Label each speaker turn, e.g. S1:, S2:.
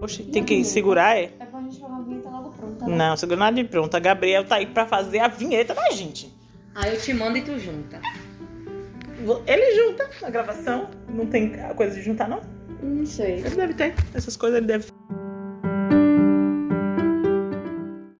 S1: Oxi, tem que segurar, é?
S2: É pra gente jogar a vinheta logo pronta. né?
S1: Não, segura nada de pronto. A Gabriel tá aí pra fazer a vinheta da gente.
S3: Aí eu te mando e tu junta.
S1: Ele junta a gravação. Não tem coisa de juntar, não?
S2: Não sei.
S1: Ele deve ter. Essas coisas ele deve.